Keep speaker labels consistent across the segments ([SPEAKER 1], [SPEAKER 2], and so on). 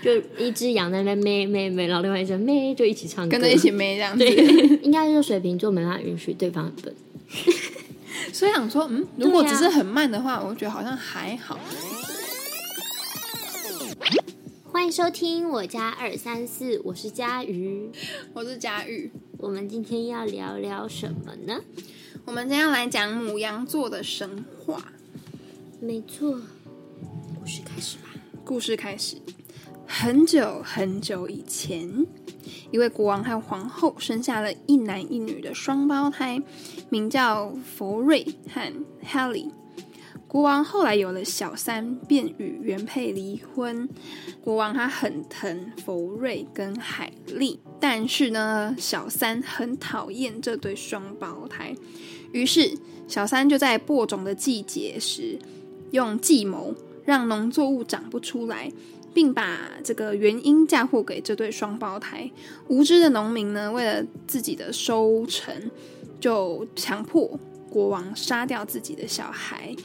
[SPEAKER 1] 就一只羊在那边咩咩咩，然后另外一只咩就一起唱歌，
[SPEAKER 2] 跟着一起没这样子。
[SPEAKER 1] 对，应该就是水瓶座没办法允许对方笨。
[SPEAKER 2] 所以想说，嗯，如果只是很慢的话，我觉得好像还好。
[SPEAKER 1] 欢迎收听我家二三四，我是佳瑜。
[SPEAKER 2] 我是佳玉，
[SPEAKER 1] 我们今天要聊聊什么呢？
[SPEAKER 2] 我们今天要来讲母羊座的神话。
[SPEAKER 1] 没错，故事开始吧。
[SPEAKER 2] 故事开始，很久很久以前，一位国王和皇后生下了一男一女的双胞胎，名叫佛瑞和 Hallie。国王后来有了小三，便与原配离婚。国王他很疼佛瑞跟海莉，但是呢，小三很讨厌这对双胞胎，于是小三就在播种的季节时，用计谋让农作物长不出来，并把这个原因嫁祸给这对双胞胎。无知的农民呢，为了自己的收成，就强迫国王杀掉自己的小孩。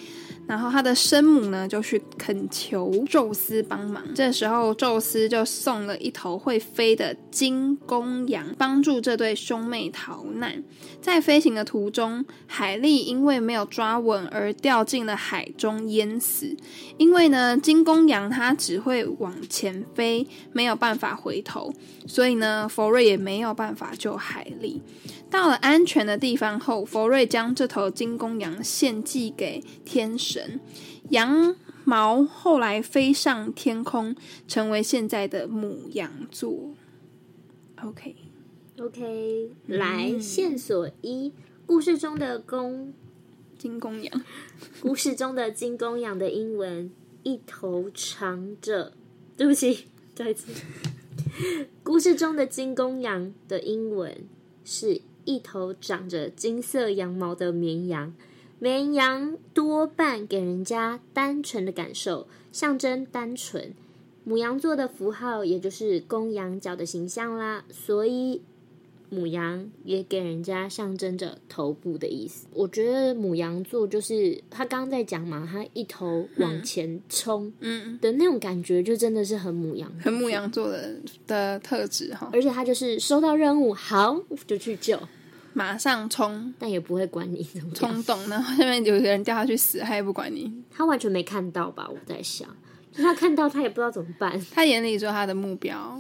[SPEAKER 2] 然后他的生母呢，就去恳求宙斯帮忙。这时候，宙斯就送了一头会飞的金公羊，帮助这对兄妹逃难。在飞行的途中，海莉因为没有抓稳而掉进了海中淹死。因为呢，金公羊它只会往前飞，没有办法回头，所以呢，佛瑞也没有办法救海莉。到了安全的地方后，佛瑞将这头金公羊献祭给天神，羊毛后来飞上天空，成为现在的母羊座。OK，
[SPEAKER 1] OK，来、线索一：故事中的公，
[SPEAKER 2] 金公羊，
[SPEAKER 1] 故事中的金公羊的英文一头长着。对不起，再一次。 故事中的金公羊的英文是一头长着金色羊毛的绵羊。绵羊多半给人家单纯的感受，象征单纯。母羊座的符号也就是公羊角的形象啦，所以母羊也给人家象征着头部的意思。我觉得母羊座就是他刚刚在讲嘛，他一头往前冲
[SPEAKER 2] 嗯，
[SPEAKER 1] 的那种感觉，就真的是很母羊。
[SPEAKER 2] 很母羊座的的特质哈，
[SPEAKER 1] 而且他就是收到任务，好就去救，
[SPEAKER 2] 马上冲
[SPEAKER 1] 但也不会管你怎么样。
[SPEAKER 2] 冲动，然后下面有个人掉下去死，他也不管你。
[SPEAKER 1] 他完全没看到吧？我在想，就他看到他也不知道怎么办。
[SPEAKER 2] 他眼里只有他的目标，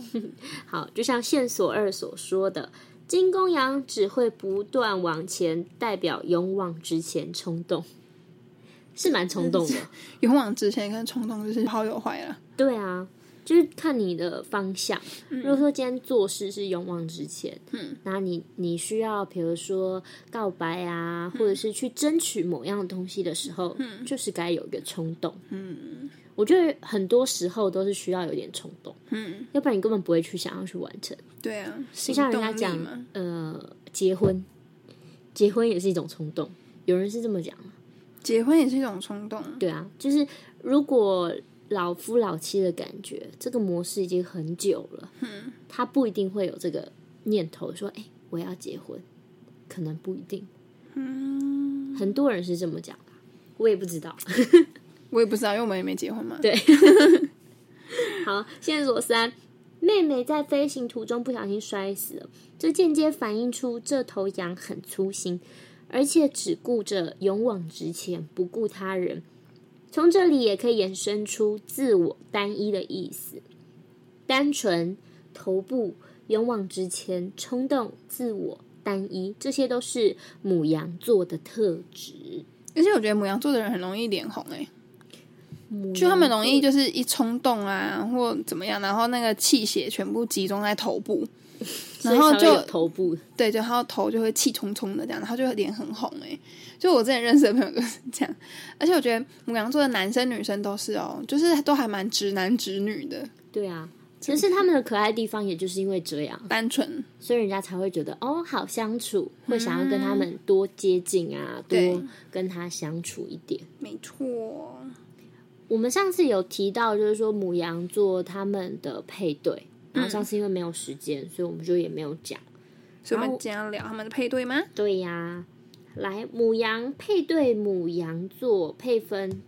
[SPEAKER 1] 好，就像线索二所说的，金公羊只会不断往前，代表勇往直前、冲动，是蛮冲动的。
[SPEAKER 2] 勇往直前跟冲动就是好有坏了。
[SPEAKER 1] 对啊，就是看你的方向。如果说今天做事是勇往直前，嗯，那你你需要比如说告白啊，或者是去争取某样东西的时候，嗯，就是该有一个冲动，嗯。我觉得很多时候都是需要有点冲动，嗯，要不然你根本不会去想要去完成。
[SPEAKER 2] 对啊，
[SPEAKER 1] 就
[SPEAKER 2] 行
[SPEAKER 1] 像人
[SPEAKER 2] 动
[SPEAKER 1] 家
[SPEAKER 2] 力
[SPEAKER 1] 讲
[SPEAKER 2] 嘛，，
[SPEAKER 1] 呃，结婚，结婚也是一种冲动，有人是这么讲啊。
[SPEAKER 2] 结婚也是一种冲动。
[SPEAKER 1] 对啊，就是如果老夫老妻的感觉，这个模式已经很久了，嗯，他不一定会有这个念头说，哎、我要结婚，可能不一定，嗯，很多人是这么讲的，我也不知道。
[SPEAKER 2] 我也不知道，因为我们也没结婚嘛。
[SPEAKER 1] 对，好，线索三，妹妹在飞行途中不小心摔死了，这间接反映出这头羊很粗心，而且只顾着勇往直前，不顾他人。从这里也可以衍生出自我单一的意思，单纯、头部、勇往直前、冲动、自我单一，这些都是母羊座的特质。
[SPEAKER 2] 而且我觉得母羊座的人很容易脸红哎、就他们容易就是一冲动啊，或怎么样，然后那个气血全部集中在头部，
[SPEAKER 1] 所以
[SPEAKER 2] 然后
[SPEAKER 1] 才会有
[SPEAKER 2] 就
[SPEAKER 1] 头部
[SPEAKER 2] 对，就他头就会气冲冲的这样，然后就脸很红哎、就我之前认识的朋友就是这样，而且我觉得母羊座的男生女生都是哦，就是都还蛮直男直女的，
[SPEAKER 1] 对啊，其实他们的可爱地方也就是因为这样，
[SPEAKER 2] 单纯
[SPEAKER 1] 所以人家才会觉得哦好相处，会想要跟他们多接近啊，多
[SPEAKER 2] 对
[SPEAKER 1] 跟他相处一点。
[SPEAKER 2] 没错。
[SPEAKER 1] 我们上次有提到，就是说母羊座他们的配对，然后上次因为没有时间，所以我们就也没有讲。
[SPEAKER 2] 所以我们今天要聊他们的配对吗？
[SPEAKER 1] 对呀、来母羊配对母羊座配分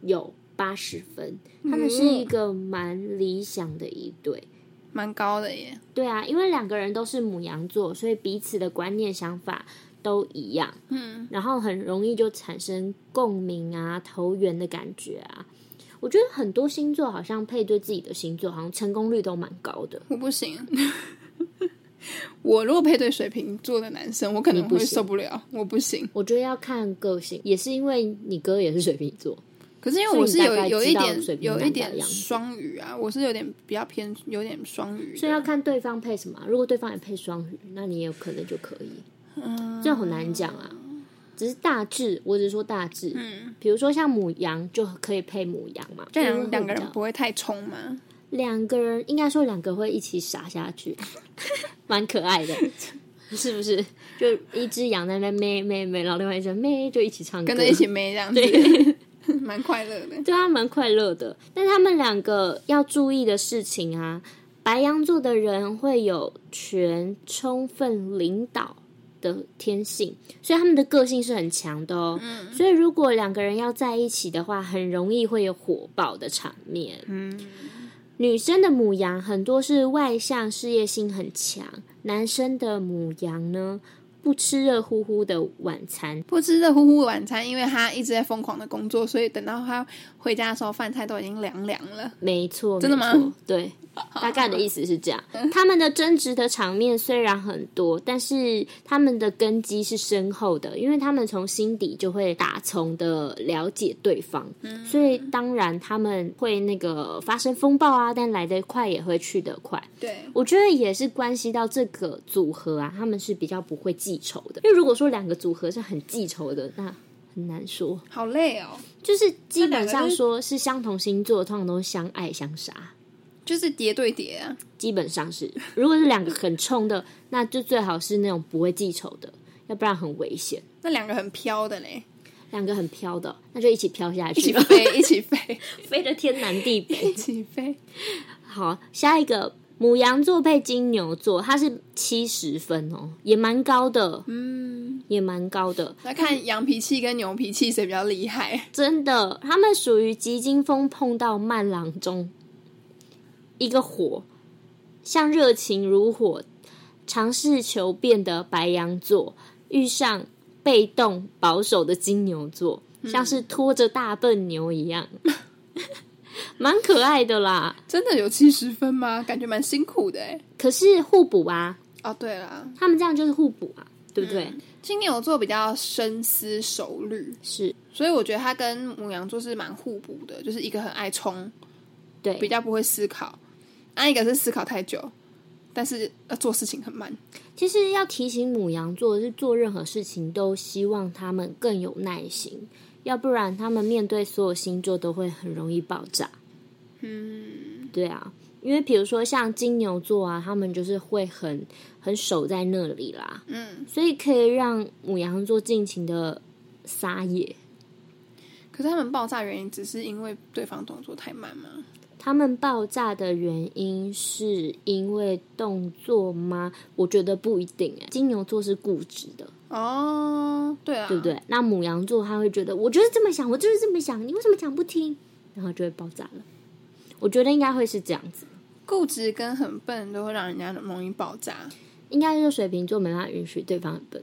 [SPEAKER 1] 有八十分，他们是一个蛮理想的一对。
[SPEAKER 2] 蛮高的耶。
[SPEAKER 1] 对啊，因为两个人都是母羊座，所以彼此的观念想法都一样，嗯，然后很容易就产生共鸣啊、投缘的感觉啊。我觉得很多星座好像配对自己的星座，好像成功率都蛮高的。
[SPEAKER 2] 我不行， 我如果配对水瓶座的男生，我可能
[SPEAKER 1] 你不
[SPEAKER 2] 会
[SPEAKER 1] 行
[SPEAKER 2] 受不了，我不行。
[SPEAKER 1] 我觉得要看个性，也是因为你哥也是水瓶座，
[SPEAKER 2] 可是因为我是
[SPEAKER 1] 所以你
[SPEAKER 2] 有
[SPEAKER 1] 大概
[SPEAKER 2] 有
[SPEAKER 1] 知
[SPEAKER 2] 一
[SPEAKER 1] 道
[SPEAKER 2] 点
[SPEAKER 1] 水瓶
[SPEAKER 2] 有
[SPEAKER 1] 男
[SPEAKER 2] 一
[SPEAKER 1] 的
[SPEAKER 2] 点
[SPEAKER 1] 样子
[SPEAKER 2] 双鱼啊，我是有点比较偏有点双鱼的，
[SPEAKER 1] 所以要看对方配什么啊、如果对方也配双鱼，那你也有可能就可以。嗯，这很难讲啊。只是大致，我只是说大致。嗯，比如说像母羊就可以配母羊嘛，
[SPEAKER 2] 这
[SPEAKER 1] 就是会比
[SPEAKER 2] 样两个人
[SPEAKER 1] 较
[SPEAKER 2] 不会太冲嘛。
[SPEAKER 1] 两个人应该说两个会一起傻下去， 蛮可爱 的，是不是？就一只羊在那边咩咩咩，然后另外一只咩就一起唱歌，
[SPEAKER 2] 跟着一起妹这样子，蛮快乐的。
[SPEAKER 1] 对啊，蛮快乐的。但他们两个要注意的事情啊，白羊座的人会有权充分领导的天性，所以他们的个性是很强的哦。所以如果两个人要在一起的话，很容易会有火爆的场面。嗯。女生的母羊很多是外向，事业心很强；男生的母羊呢，不吃热乎乎的晚餐，
[SPEAKER 2] 不吃热乎乎的晚餐，因为他一直在疯狂的工作，所以等到他回家的时候，饭菜都已经凉凉了。
[SPEAKER 1] 没错，
[SPEAKER 2] 真的吗
[SPEAKER 1] 没 错？对，大概的意思是这样。他们的争执的场面虽然很多，但是他们的根基是深厚的，因为他们从心底就会打从的了解对方，
[SPEAKER 2] 嗯
[SPEAKER 1] 所以当然他们会那个发生风暴啊，但来得快也会去得快。
[SPEAKER 2] 对，
[SPEAKER 1] 我觉得也是关系到这个组合啊，他们是比较不会记仇的，因为如果说两个组合是很记仇的，那很难说。
[SPEAKER 2] 好累哦，
[SPEAKER 1] 就是基
[SPEAKER 2] 那两
[SPEAKER 1] 本
[SPEAKER 2] 个
[SPEAKER 1] 上
[SPEAKER 2] 就是
[SPEAKER 1] 说是相同星座，通常都是相爱相杀。
[SPEAKER 2] 就是叠对叠啊。
[SPEAKER 1] 基本上是，如果是两个很冲的，那就最好是那种不会记仇的，要不然很危险。
[SPEAKER 2] 那两个很飘的嘞，
[SPEAKER 1] 两个很飘的，那就一起飘下
[SPEAKER 2] 一起
[SPEAKER 1] 去吧，
[SPEAKER 2] 飞，一起飞，
[SPEAKER 1] 飞得天南地北。
[SPEAKER 2] 一起飞。
[SPEAKER 1] 好，下一个母羊座配金牛座，它是七十分哦，也蛮高的，嗯，也蛮高的。
[SPEAKER 2] 来看羊脾气跟牛脾气谁比较厉害？
[SPEAKER 1] 真的，他们属于急惊风碰到慢郎中，一个火，像热情如火、尝试求变的白羊座，遇上被动保守的金牛座，像是拖着大笨牛一样，蛮可爱的啦。
[SPEAKER 2] 真的有七十分吗？感觉蛮辛苦的哎。
[SPEAKER 1] 可是互补啊，
[SPEAKER 2] 哦，对了，
[SPEAKER 1] 他们这样就是互补啊，对不对？
[SPEAKER 2] 金牛座比较深思熟虑，
[SPEAKER 1] 是
[SPEAKER 2] 所以我觉得他跟母羊座是蛮互补的，就是一个很爱冲，
[SPEAKER 1] 对
[SPEAKER 2] 比较不会思考，那、一个是思考太久，但是呃做事情很慢。
[SPEAKER 1] 其实要提醒母羊座，是做任何事情都希望他们更有耐心，要不然他们面对所有星座都会很容易爆炸。嗯，对啊，因为比如说像金牛座啊，他们就是会很很守在那里啦，
[SPEAKER 2] 嗯，
[SPEAKER 1] 所以可以让母羊座尽情的撒野。
[SPEAKER 2] 可是他们爆炸原因只是因为对方动作太慢吗？
[SPEAKER 1] 他们爆炸的原因是因为动作吗？我觉得不一定诶、金牛座是固执的，
[SPEAKER 2] 哦，对啊，
[SPEAKER 1] 对不？对？那母羊座他会觉得，我就是这么想，我就是这么想，你为什么讲不听？然后就会爆炸了。我觉得应该会是这样子，
[SPEAKER 2] 固执跟很笨都会让人家容易爆炸，
[SPEAKER 1] 应该就是水瓶座没办法允许对方很笨。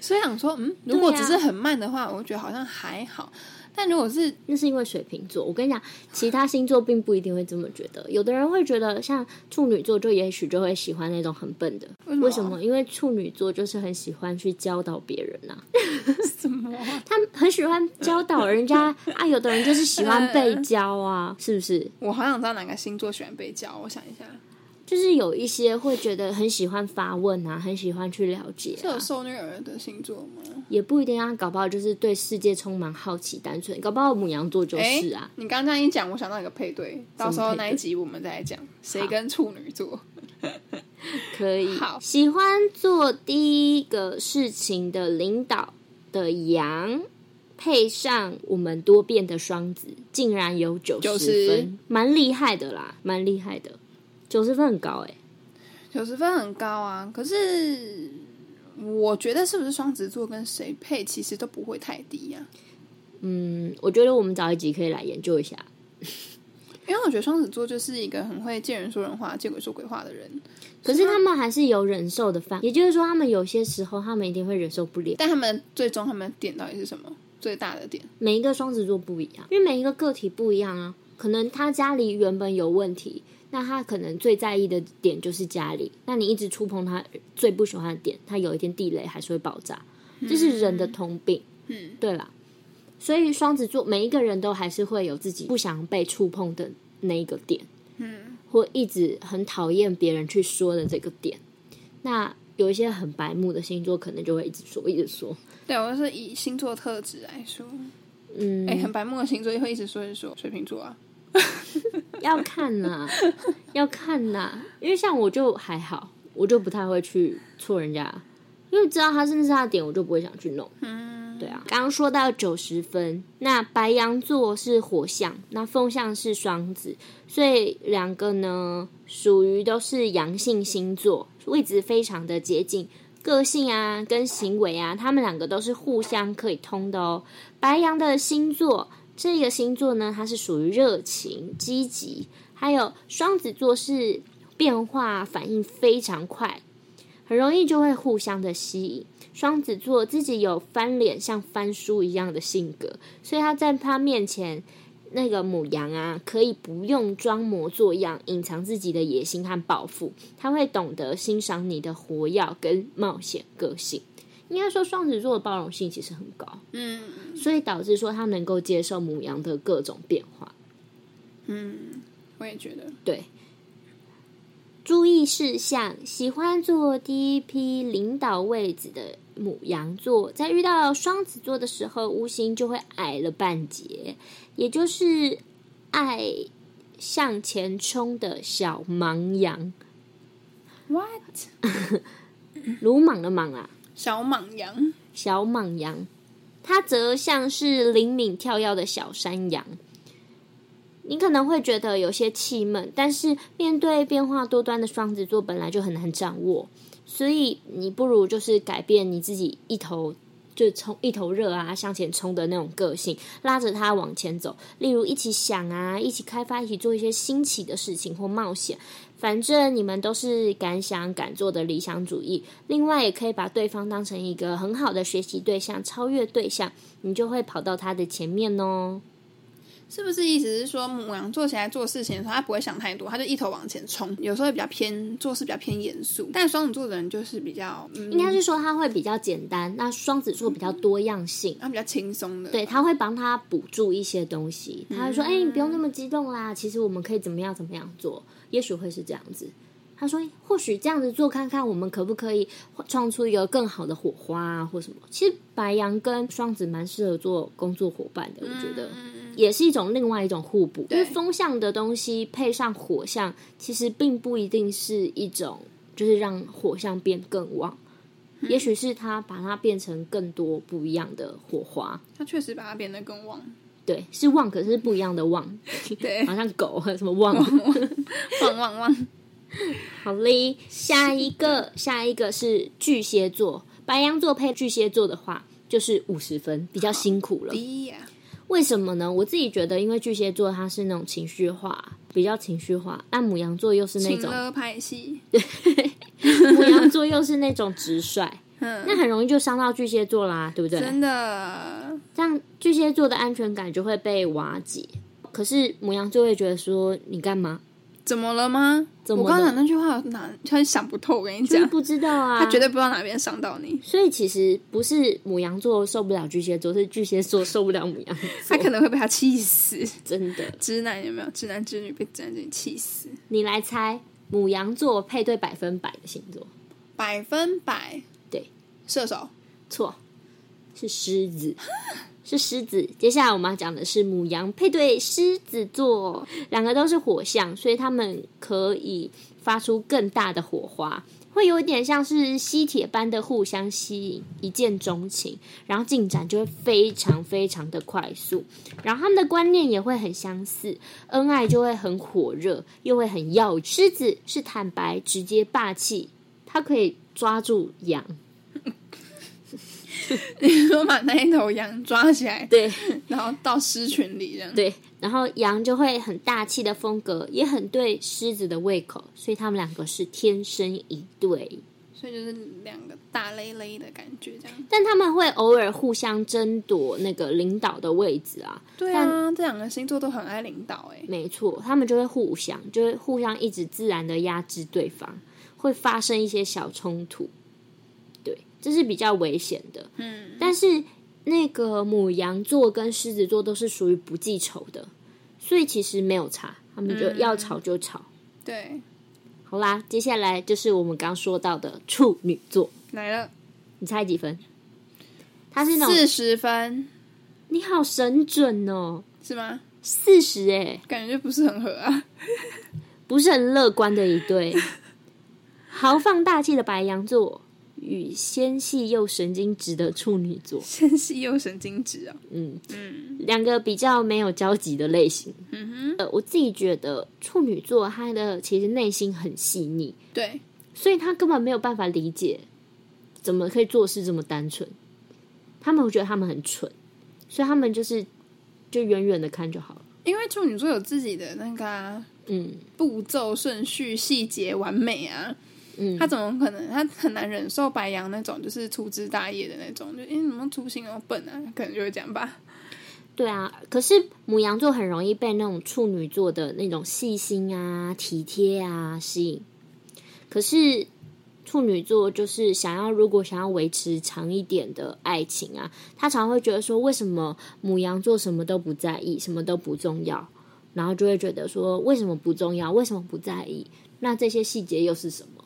[SPEAKER 2] 所以想说，嗯，如果只是很慢的话，我觉得好像还好。但如果 是
[SPEAKER 1] 那是因为水瓶座，我跟你讲，其他星座并不一定会这么觉得。有的人会觉得，像处女座就也许就会喜欢那种很笨的，
[SPEAKER 2] 为什么
[SPEAKER 1] 为什么？因为处女座就是很喜欢去教导别人呐、
[SPEAKER 2] 什么啊，
[SPEAKER 1] 他们很喜欢教导人 家啊。有的人就是喜欢被教啊，是不是？
[SPEAKER 2] 我好想知道哪个星座喜欢被教，我想一下，
[SPEAKER 1] 就是有一些会觉得很喜欢发问啊，很喜欢去了解、
[SPEAKER 2] 是哦
[SPEAKER 1] 啊
[SPEAKER 2] 有，受虐儿的星座吗？
[SPEAKER 1] 也不一定啊，搞不好就是对世界充满好奇、单纯，搞不好母羊座就是啊。
[SPEAKER 2] 你刚刚这样一讲，我想到一个配对，到时候那一集我们再来讲谁跟处女座。
[SPEAKER 1] 可以
[SPEAKER 2] 好
[SPEAKER 1] 喜欢做第一个事情的领导的羊，配上我们多变的双子，竟然有九
[SPEAKER 2] 90
[SPEAKER 1] 分，蛮厉害的啦，蛮厉害的，九十分很高哎、
[SPEAKER 2] 九十分很高啊，可是我觉得是不是双子座跟谁配，其实都不会太低呀、啊
[SPEAKER 1] 嗯，我觉得我们找一集可以来研究一下。
[SPEAKER 2] 因为我觉得双子座就是一个很会见人说人话、见鬼说鬼话的人，
[SPEAKER 1] 可是他们还是有忍受的范，也就是说，他们有些时候他们一定会忍受不了。
[SPEAKER 2] 但他们最终他们的点到底是什么？最大的点，
[SPEAKER 1] 每一个双子座不一样，因为每一个个体不一样啊。可能他家里原本有问题，那他可能最在意的点就是家里。那你一直触碰他最不喜欢的点，他有一天地雷还是会爆炸，这是人的通病。
[SPEAKER 2] 嗯，
[SPEAKER 1] 对啦。所以双子座每一个人都还是会有自己不想被触碰的那一个点，
[SPEAKER 2] 嗯，
[SPEAKER 1] 或一直很讨厌别人去说的这个点。那有一些很白目的星座，可能就会一直说，一直说。
[SPEAKER 2] 对我是以星座特质来说，
[SPEAKER 1] 嗯，
[SPEAKER 2] 哎、很白目的星座也会一直说一直说水瓶座啊，
[SPEAKER 1] 要看啦，要看啦，因为像我就还好，我就不太会去戳人家，因为知道他是不是他的点，我就不会想去弄。
[SPEAKER 2] 嗯，
[SPEAKER 1] 对啊，刚刚说到九十分，那白羊座是火象，那风象是双子，所以两个呢属于都是阳性星座，位置非常的接近，个性啊跟行为啊，他们两个都是互相可以通的哦。白羊的星座，这个星座呢，它是属于热情、积极，还有双子座是变化反应非常快，很容易就会互相的吸引。双子座自己有翻脸像翻书一样的性格，所以他在他面前那个母羊啊，可以不用装模作样隐藏自己的野心和抱负，他会懂得欣赏你的活跃跟冒险个性。应该说，双子座的包容性其实很高，
[SPEAKER 2] 嗯
[SPEAKER 1] 所以导致说他能够接受母羊的各种变化。
[SPEAKER 2] 嗯，我也觉得，
[SPEAKER 1] 对，注意事项：喜欢做第一批领导位置的母羊座，在遇到双子座的时候，无形就会矮了半截，也就是爱向前冲的小盲羊，
[SPEAKER 2] what
[SPEAKER 1] 鲁莽的莽啊，
[SPEAKER 2] 小莽羊，
[SPEAKER 1] 小莽羊，它则像是灵敏跳跃的小山羊。你可能会觉得有些气闷，但是面对变化多端的双子座本来就很难掌握，所以你不如就是改变你自己一头就冲一头热啊向前冲的那种个性，拉着它往前走。例如一起想啊，一起开发，一起做一些新奇的事情或冒险。反正你们都是敢想敢做的理想主义，另外也可以把对方当成一个很好的学习对象、超越对象，你就会跑到他的前面哦。
[SPEAKER 2] 是不是意思是说母羊做起来做事情的时候，他不会想太多，他就一头往前冲，有时候也比较偏做事比较偏严肃，但双子座的人就是比较，嗯，
[SPEAKER 1] 应该是说他会比较简单，那双子座比较多样性。
[SPEAKER 2] 他比较轻松的，嗯
[SPEAKER 1] 对，他会帮他补助一些东西，他会说：“哎、你不用那么激动啦，其实我们可以怎么样怎么样做，也许会是这样子。”他说：“哎或许这样子做看看，我们可不可以创出一个更好的火花啊，或什么？”其实白羊跟双子蛮适合做工作伙伴的，我觉得、也是一种另外一种互补，因为
[SPEAKER 2] 嗯对
[SPEAKER 1] 风象的东西配上火象，其实并不一定是一种就是让火象变更旺。
[SPEAKER 2] 嗯
[SPEAKER 1] 也许是他把它变成更多不一样的火花，
[SPEAKER 2] 他确实把它变得更旺，
[SPEAKER 1] 对，是旺，可是不一样的旺，
[SPEAKER 2] 对，
[SPEAKER 1] 好像狗什么旺。
[SPEAKER 2] 旺旺旺，
[SPEAKER 1] 好嘞，下一个，下一个是巨蟹座，白羊座配巨蟹座的话，就是五十分，比较辛苦了。
[SPEAKER 2] 低哎呀、
[SPEAKER 1] 为什么呢？我自己觉得，因为巨蟹座它是那种情绪化，比较情绪化，那母羊座又是那
[SPEAKER 2] 情
[SPEAKER 1] 种，
[SPEAKER 2] 勒派系，
[SPEAKER 1] 母羊座又是那种直率，
[SPEAKER 2] 嗯，
[SPEAKER 1] 那很容易就伤到巨蟹座啦，对不对？
[SPEAKER 2] 真的，
[SPEAKER 1] 这样巨蟹座的安全感就会被瓦解。可是母羊就会觉得说，你干嘛？
[SPEAKER 2] 怎么了吗？
[SPEAKER 1] 怎么
[SPEAKER 2] 我
[SPEAKER 1] 了
[SPEAKER 2] 刚讲那句话有哪，突然想不透。我跟你
[SPEAKER 1] 就是
[SPEAKER 2] 讲，
[SPEAKER 1] 不知道啊，
[SPEAKER 2] 他绝对不知道哪边伤到你，
[SPEAKER 1] 所以其实不是母羊座受不了巨蟹座，是巨蟹座受不了母羊
[SPEAKER 2] 他
[SPEAKER 1] 座。
[SPEAKER 2] 可能会被他气死。
[SPEAKER 1] 真的，
[SPEAKER 2] 直男有没有？直男直女被直男直女气死，
[SPEAKER 1] 你来猜母羊座配对百分百的星座？
[SPEAKER 2] 百分百
[SPEAKER 1] 对，
[SPEAKER 2] 射手。
[SPEAKER 1] 错，是狮子，是狮子。接下来我们要讲的是母羊配对狮子座，两个都是火象，所以他们可以发出更大的火花，会有点像是吸铁般的互相吸引，一见钟情，然后进展就会非常非常的快速，然后他们的观念也会很相似，恩爱就会很火热，又会很耀。狮子是坦白、直接、霸气，它可以抓住羊。
[SPEAKER 2] 你说把那一头羊抓起来，
[SPEAKER 1] 对
[SPEAKER 2] 然后到狮群里这样。
[SPEAKER 1] 对，然后羊就会很大气的风格，也很对狮子的胃口，所以他们两个是天生一对。
[SPEAKER 2] 所以就是两个大累累的感觉这样。
[SPEAKER 1] 但他们会偶尔互相争夺那个领导的位置啊，
[SPEAKER 2] 对啊，这两个星座都很爱领导哎、
[SPEAKER 1] 没错，他们就会互相，就会互相一直自然的压制对方，会发生一些小冲突。对，这是比较危险的。嗯，但是那个母羊座跟狮子座都是属于不记仇的，所以其实没有差，他们就要吵就吵。
[SPEAKER 2] 对，
[SPEAKER 1] 好啦，接下来就是我们刚说到的处女座，
[SPEAKER 2] 来了
[SPEAKER 1] 你猜几分？他是那种
[SPEAKER 2] 四十分
[SPEAKER 1] 你好神准哦，
[SPEAKER 2] 是吗？
[SPEAKER 1] 四十哎，
[SPEAKER 2] 感觉就不是很合啊。
[SPEAKER 1] 不是很乐观的一 对，豪放大气的白羊座与纤细又神经质的处女座，
[SPEAKER 2] 纤细又神经质啊、
[SPEAKER 1] 嗯两个比较没有交集的类型。嗯哼，呃，我自己觉得处女座他的其实内心很细腻，
[SPEAKER 2] 对，
[SPEAKER 1] 所以他根本没有办法理解怎么可以做事这么单纯。他们会觉得他们很蠢，所以他们就是就远远的看就好了。
[SPEAKER 2] 因为处女座有自己的那个、啊、
[SPEAKER 1] 嗯，
[SPEAKER 2] 步骤顺序、细节完美啊。
[SPEAKER 1] 嗯
[SPEAKER 2] 他怎么可能？他很难忍受白羊那种就是粗枝大叶的那种，就哎、你怎么粗心哦笨啊，可能就会这样吧。
[SPEAKER 1] 对啊，可是母羊座很容易被那种处女座的那种细心啊、体贴啊吸引。可是处女座就是想要，如果想要维持长一点的爱情啊，他常会觉得说，为什么母羊座什么都不在意，什么都不重要，然后就会觉得说，为什么不重要，为什么不在意？那这些细节又是什么？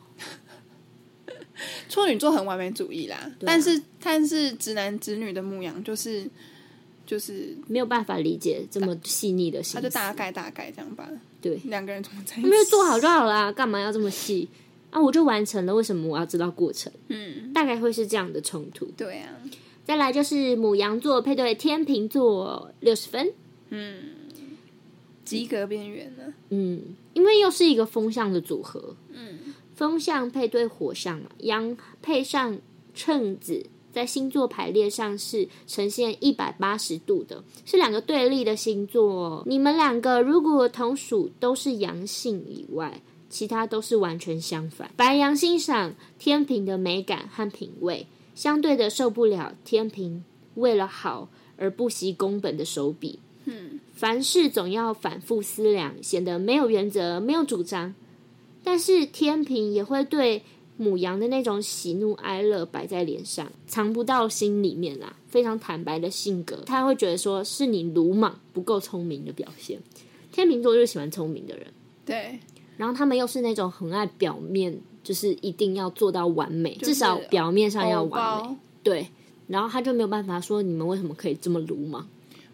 [SPEAKER 2] 处女座很完美主义啦，
[SPEAKER 1] 啊
[SPEAKER 2] 但是但是直男直女的牧羊就是就是
[SPEAKER 1] 没有办法理解这么细腻的心
[SPEAKER 2] 他
[SPEAKER 1] 思
[SPEAKER 2] 就，大概大概这样吧。
[SPEAKER 1] 对
[SPEAKER 2] 两个人怎么在一
[SPEAKER 1] 他们就
[SPEAKER 2] 起？
[SPEAKER 1] 做好就好啦，干嘛要这么细？啊，我就完成了，为什么我要知道过程？
[SPEAKER 2] 嗯，
[SPEAKER 1] 大概会是这样的冲突。
[SPEAKER 2] 对啊，
[SPEAKER 1] 再来就是母羊座配对天秤座六十分，
[SPEAKER 2] 及格边缘呢？
[SPEAKER 1] 嗯，因为又是一个风象的组合，嗯，风象配对火象嘛，羊配上秤子，在星座排列上是呈现一百八十度的，是两个对立的星座哦。你们两个如果同属都是阳性以外，其他都是完全相反。白羊欣赏天平的美感和品味，相对的受不了天平为了好而不惜工本的手笔。凡事总要反复思量，显得没有原则、没有主张。但是天平也会对母羊的那种喜怒哀乐摆在脸上，藏不到心里面啦。非常坦白的性格，他会觉得说是你鲁莽、不够聪明的表现。天秤座就是喜欢聪明的人，
[SPEAKER 2] 对，
[SPEAKER 1] 然后他们又是那种很爱表面，就是一定要做到完美，
[SPEAKER 2] 是
[SPEAKER 1] 至少表面上要
[SPEAKER 2] 偶
[SPEAKER 1] 完美。
[SPEAKER 2] 包。
[SPEAKER 1] 对，然后他就没有办法说你们为什么可以这么鲁莽。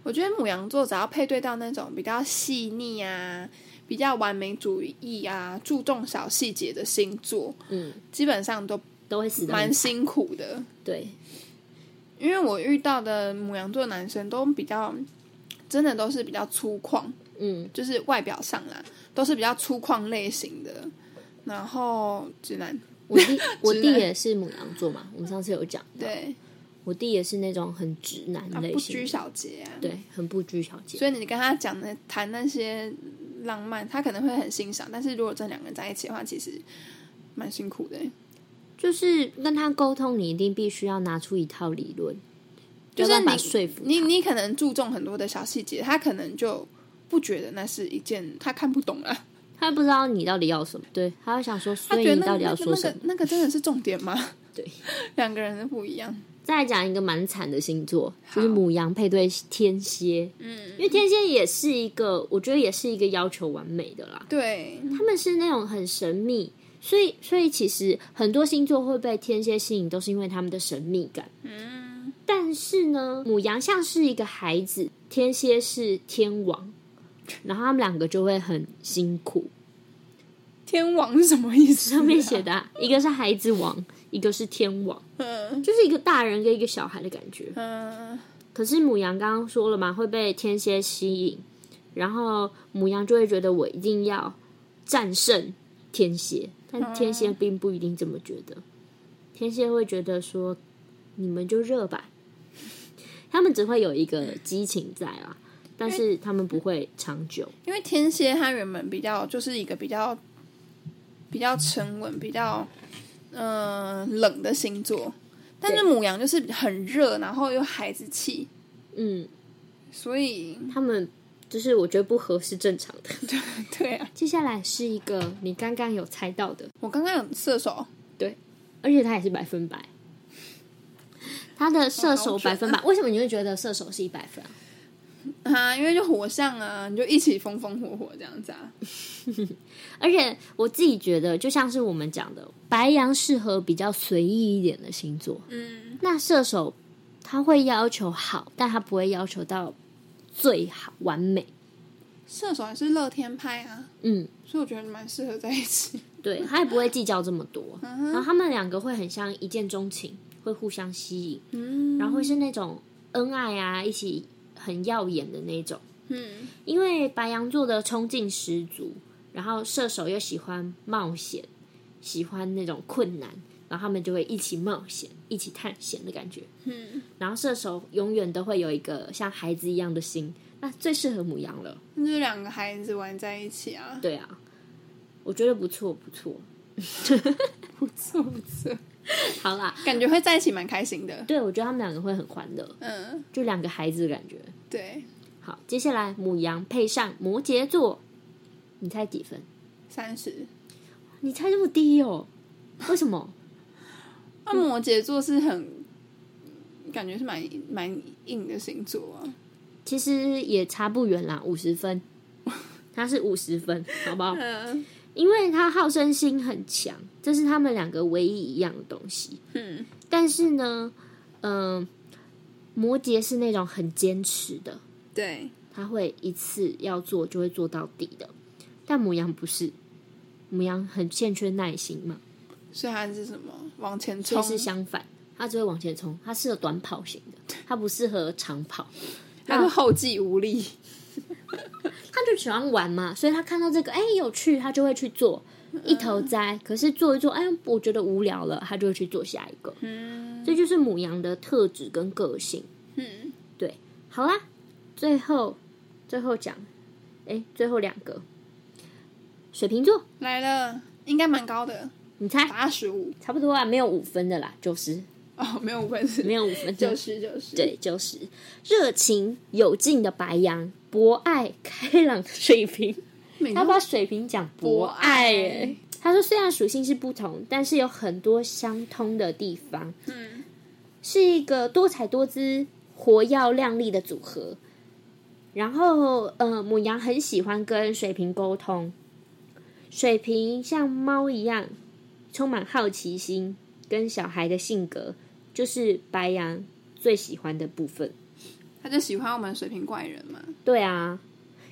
[SPEAKER 2] 我觉得母羊座只要配对到那种比较细腻啊、比较完美主义啊、注重小细节的星座，
[SPEAKER 1] 嗯，
[SPEAKER 2] 基本上都
[SPEAKER 1] 都会死的。
[SPEAKER 2] 蛮辛苦的。
[SPEAKER 1] 对，
[SPEAKER 2] 因为我遇到的母羊座男生都比较，真的都是比较粗犷，
[SPEAKER 1] 嗯，
[SPEAKER 2] 就是外表上啦，都是比较粗犷类型的。然后直男，
[SPEAKER 1] 我 弟我
[SPEAKER 2] 直
[SPEAKER 1] 弟
[SPEAKER 2] 男
[SPEAKER 1] 也是母羊座嘛，我们上次有讲，
[SPEAKER 2] 对，
[SPEAKER 1] 我弟也是那种很直男
[SPEAKER 2] 啊
[SPEAKER 1] 类
[SPEAKER 2] 不
[SPEAKER 1] 型
[SPEAKER 2] 拘
[SPEAKER 1] 的，
[SPEAKER 2] 小节啊。
[SPEAKER 1] 对，很不拘小节。
[SPEAKER 2] 所以你跟他讲的谈那些浪漫，他可能会很欣赏，但是如果真两个人在一起的话，其实蛮辛苦的欸。
[SPEAKER 1] 就是跟他沟通，你一定必须要拿出一套理论，
[SPEAKER 2] 就是
[SPEAKER 1] 要办法
[SPEAKER 2] 你
[SPEAKER 1] 说服
[SPEAKER 2] 你
[SPEAKER 1] 他
[SPEAKER 2] 你可能注重很多的小细节，他可能就不觉得那是一件他看不懂啊，
[SPEAKER 1] 他不知道你到底要什么，对，他会想说，
[SPEAKER 2] 他
[SPEAKER 1] 所以
[SPEAKER 2] 觉得
[SPEAKER 1] 你
[SPEAKER 2] 那
[SPEAKER 1] 到底
[SPEAKER 2] 那
[SPEAKER 1] 要
[SPEAKER 2] 个
[SPEAKER 1] 说
[SPEAKER 2] 那
[SPEAKER 1] 什
[SPEAKER 2] 个
[SPEAKER 1] 么？
[SPEAKER 2] 那个真的是重点吗？
[SPEAKER 1] 对，
[SPEAKER 2] 两个人的不一样。
[SPEAKER 1] 再来讲一个蛮惨的星座，就是
[SPEAKER 2] 好
[SPEAKER 1] 母羊配对天蝎，嗯，因为天蝎也是一个，我觉得也是一个要求完美的啦，
[SPEAKER 2] 对，
[SPEAKER 1] 他们是那种很神秘，所以所以其实很多星座会被天蝎吸引，都是因为他们的神秘感。嗯，但是呢，母羊像是一个孩子，天蝎是天王，然后他们两个就会很辛苦。
[SPEAKER 2] 天王是什么意思、
[SPEAKER 1] 上面写，的啊、一个是孩子王，一个是天王，
[SPEAKER 2] 嗯
[SPEAKER 1] 就是一个大人跟一个小孩的感觉。
[SPEAKER 2] 嗯，
[SPEAKER 1] 可是母羊刚刚说了嘛，会被天蝎吸引，然后母羊就会觉得我一定要战胜天蝎，但天蝎并不一定这么觉得，天蝎会觉得说你们就热吧。他们只会有一个激情在啊，但是他们不会长久。
[SPEAKER 2] 因为天蝎它原本比较就是一个比较比较沉稳、比较嗯、呃冷的星座，但是母羊就是很热，然后又孩子气，
[SPEAKER 1] 嗯，
[SPEAKER 2] 所以
[SPEAKER 1] 他们就是我觉得不合是正常的。
[SPEAKER 2] 对 啊，
[SPEAKER 1] 接下来是一个你刚刚有猜到的，
[SPEAKER 2] 我刚刚有射手，
[SPEAKER 1] 而且他也是百分百。他的射
[SPEAKER 2] 好
[SPEAKER 1] 手
[SPEAKER 2] 准
[SPEAKER 1] 百分百，为什么你会觉得射手是一百分啊？
[SPEAKER 2] 啊，因为就火象啊，你就一起风风火火这样子啊，
[SPEAKER 1] 而且我自己觉得，就像是我们讲的，白羊适合比较随意一点的星座。
[SPEAKER 2] 嗯，
[SPEAKER 1] 那射手他会要求好，但他不会要求到最好完美。
[SPEAKER 2] 射手还是乐天派啊，
[SPEAKER 1] 嗯，
[SPEAKER 2] 所以我觉得蛮适合在一起。
[SPEAKER 1] 对他也不会计较这么多。
[SPEAKER 2] 嗯
[SPEAKER 1] 然后他们两个会很像一见钟情，会互相吸引，
[SPEAKER 2] 嗯
[SPEAKER 1] 然后会是那种恩爱啊，一起很耀眼的那种。
[SPEAKER 2] 嗯，
[SPEAKER 1] 因为白羊座的冲劲十足，然后射手又喜欢冒险，喜欢那种困难，然后他们就会一起冒险、一起探险的感觉。
[SPEAKER 2] 嗯，
[SPEAKER 1] 然后射手永远都会有一个像孩子一样的心，那最适合母羊了。
[SPEAKER 2] 那就是两个孩子玩在一起啊，
[SPEAKER 1] 对啊，我觉得不错，不 错。
[SPEAKER 2] 不错不错，
[SPEAKER 1] 好啦，
[SPEAKER 2] 感觉会在一起蛮开心的。
[SPEAKER 1] 对我觉得他们两个会很欢乐，
[SPEAKER 2] 嗯，
[SPEAKER 1] 就两个孩子的感觉。
[SPEAKER 2] 对，
[SPEAKER 1] 好，接下来母羊配上摩羯座，你猜几分？
[SPEAKER 2] 三十。
[SPEAKER 1] 你猜这么低哦？为什么？
[SPEAKER 2] 那摩羯座是很，感觉是蛮蛮硬的星座啊。
[SPEAKER 1] 其实也差不远啦，五十 分，他是五十分，好不好？
[SPEAKER 2] 嗯
[SPEAKER 1] 因为他好胜心很强，这是他们两个唯一一样的东西。
[SPEAKER 2] 嗯
[SPEAKER 1] 但是呢，嗯、摩羯是那种很坚持的，
[SPEAKER 2] 对，
[SPEAKER 1] 他会一次要做就会做到底的，但母羊不是，母羊很欠缺耐心嘛，
[SPEAKER 2] 所以它是什么？往前
[SPEAKER 1] 却
[SPEAKER 2] 冲，
[SPEAKER 1] 是相反，他只会往前冲，他适合短跑型的，他不适合长跑。
[SPEAKER 2] 它是后继无力。
[SPEAKER 1] 他就喜欢玩嘛，所以他看到这个哎、有趣，他就会去做，
[SPEAKER 2] 嗯
[SPEAKER 1] 一头栽。可是做一做，哎，我觉得无聊了，他就会去做下一个。
[SPEAKER 2] 嗯
[SPEAKER 1] 这就是母羊的特质跟个性。
[SPEAKER 2] 嗯，
[SPEAKER 1] 好啦，最后最后讲，哎、最后两个，水瓶座，
[SPEAKER 2] 来了，应该蛮高的，
[SPEAKER 1] 你猜
[SPEAKER 2] 八十五
[SPEAKER 1] 差不多啊，没有五分的啦，九十，
[SPEAKER 2] 哦，没有五分是
[SPEAKER 1] 没有五分
[SPEAKER 2] 九
[SPEAKER 1] 的，
[SPEAKER 2] 十九十，
[SPEAKER 1] 对，九十。热情有劲的白羊，博爱开朗的水瓶。
[SPEAKER 2] 每
[SPEAKER 1] 他
[SPEAKER 2] 个
[SPEAKER 1] 把水瓶讲博爱耶。他说虽然属性是不同，但是有很多相通的地方，
[SPEAKER 2] 嗯
[SPEAKER 1] 是一个多彩多姿、活耀亮丽的组合。然后，呃，母羊很喜欢跟水瓶沟通。水瓶像猫一样，充满好奇心，跟小孩的性格，就是白羊最喜欢的部分。
[SPEAKER 2] 他就喜欢我们水瓶怪人嘛。
[SPEAKER 1] 对啊，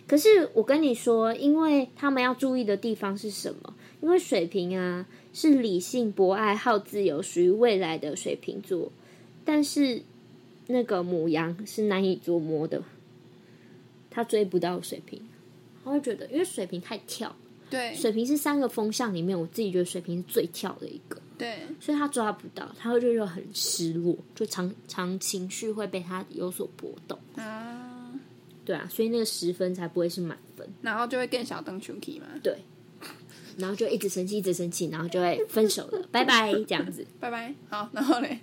[SPEAKER 1] 可是我跟你说，因为他们要注意的地方是什么？因为水瓶啊是理性、博爱、好自由，属于未来的水瓶座，但是那个母羊是难以捉摸的，他追不到水瓶。嗯他会觉得，因为水瓶太跳，
[SPEAKER 2] 对
[SPEAKER 1] 水瓶是三个风向里面，我自己觉得水瓶是最跳的一个，
[SPEAKER 2] 对，
[SPEAKER 1] 所以他抓不到，他会就就很失落，就常常情绪会被他有所波动。
[SPEAKER 2] 啊，
[SPEAKER 1] 对啊，所以那个十分才不会是满分。
[SPEAKER 2] 然后就会更小灯 Chucky 嘛。
[SPEAKER 1] 对，然后就一直生气，一直生气，然后就会分手 了，拜拜，这样子
[SPEAKER 2] 拜拜，好，然后嘞，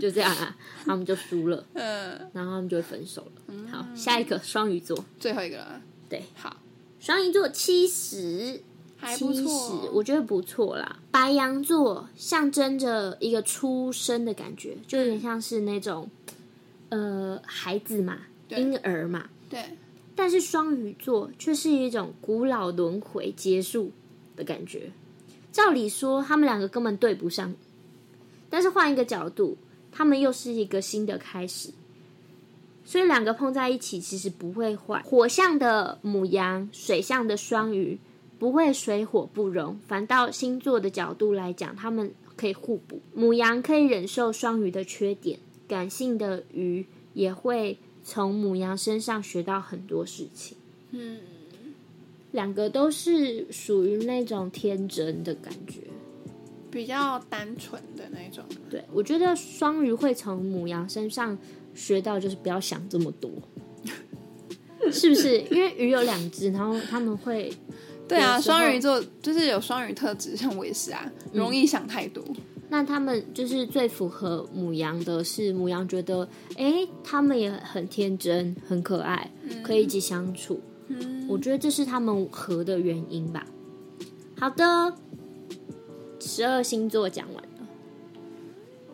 [SPEAKER 1] 就这样啊，他们就输了，
[SPEAKER 2] 呃，
[SPEAKER 1] 然后他们就会分手了。
[SPEAKER 2] 嗯
[SPEAKER 1] 好，下一个双鱼座，
[SPEAKER 2] 最后一个了，
[SPEAKER 1] 对，
[SPEAKER 2] 好，
[SPEAKER 1] 双鱼座七十，
[SPEAKER 2] 还不
[SPEAKER 1] 七十
[SPEAKER 2] 错，，哦
[SPEAKER 1] 我觉得不错啦。白羊座象征着一个出生的感觉，就有点像是那种呃孩子嘛，
[SPEAKER 2] 对
[SPEAKER 1] 婴儿嘛。
[SPEAKER 2] 对，
[SPEAKER 1] 但是双鱼座却是一种古老轮回结束的感觉。照理说，他们两个根本对不上，但是换一个角度，他们又是一个新的开始。所以两个碰在一起，其实不会坏。火象的母羊，水象的双鱼，不会水火不容。反倒星座的角度来讲，他们可以互补。母羊可以忍受双鱼的缺点，感性的鱼也会从母羊身上学到很多事情。
[SPEAKER 2] 嗯，
[SPEAKER 1] 两个都是属于那种天真的感觉，
[SPEAKER 2] 比较单纯的那种。
[SPEAKER 1] 对，我觉得双鱼会从母羊身上学到，就是不要想这么多， 是不是？因为鱼有两只，然后他们会
[SPEAKER 2] 对啊，
[SPEAKER 1] 有时候
[SPEAKER 2] 双鱼座就是有双鱼特质，像我也是啊，容易想太多。
[SPEAKER 1] 那他们就是最符合母羊的是，母羊觉得，哎、他们也很天真，很可爱，可以一起相处。我觉得这是他们合的原因吧。好的，十二星座讲完了，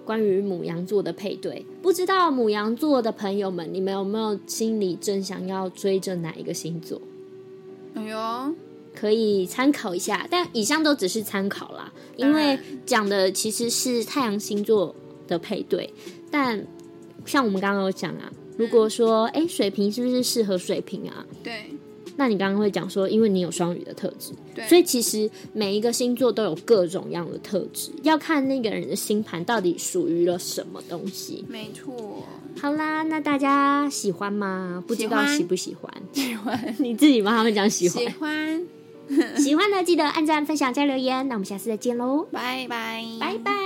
[SPEAKER 1] 关于母羊座的配对，不知道母羊座的朋友们，你们有没有心里正想要追着哪一个星座？
[SPEAKER 2] 哎呦，
[SPEAKER 1] 可以参考一下，但以上都只是参考啦，因为讲的其实是太阳星座的配对，但像我们刚刚有讲啊，如果说诶水瓶是不是适合水瓶啊？
[SPEAKER 2] 对
[SPEAKER 1] 那你刚刚会讲说，因为你有双鱼的特质，
[SPEAKER 2] 对，
[SPEAKER 1] 所以其实每一个星座都有各种样的特质，要看那个人的星盘到底属于了什么东西。
[SPEAKER 2] 没错，
[SPEAKER 1] 好啦，那大家喜欢吗？不知
[SPEAKER 2] 喜
[SPEAKER 1] 道
[SPEAKER 2] 欢
[SPEAKER 1] 喜不喜欢？
[SPEAKER 2] 喜欢
[SPEAKER 1] 你自己帮他们讲喜欢
[SPEAKER 2] 喜。欢，
[SPEAKER 1] 喜欢的记得按赞、分享、加留言。那我们下次再见喽，
[SPEAKER 2] 拜拜，
[SPEAKER 1] 拜拜。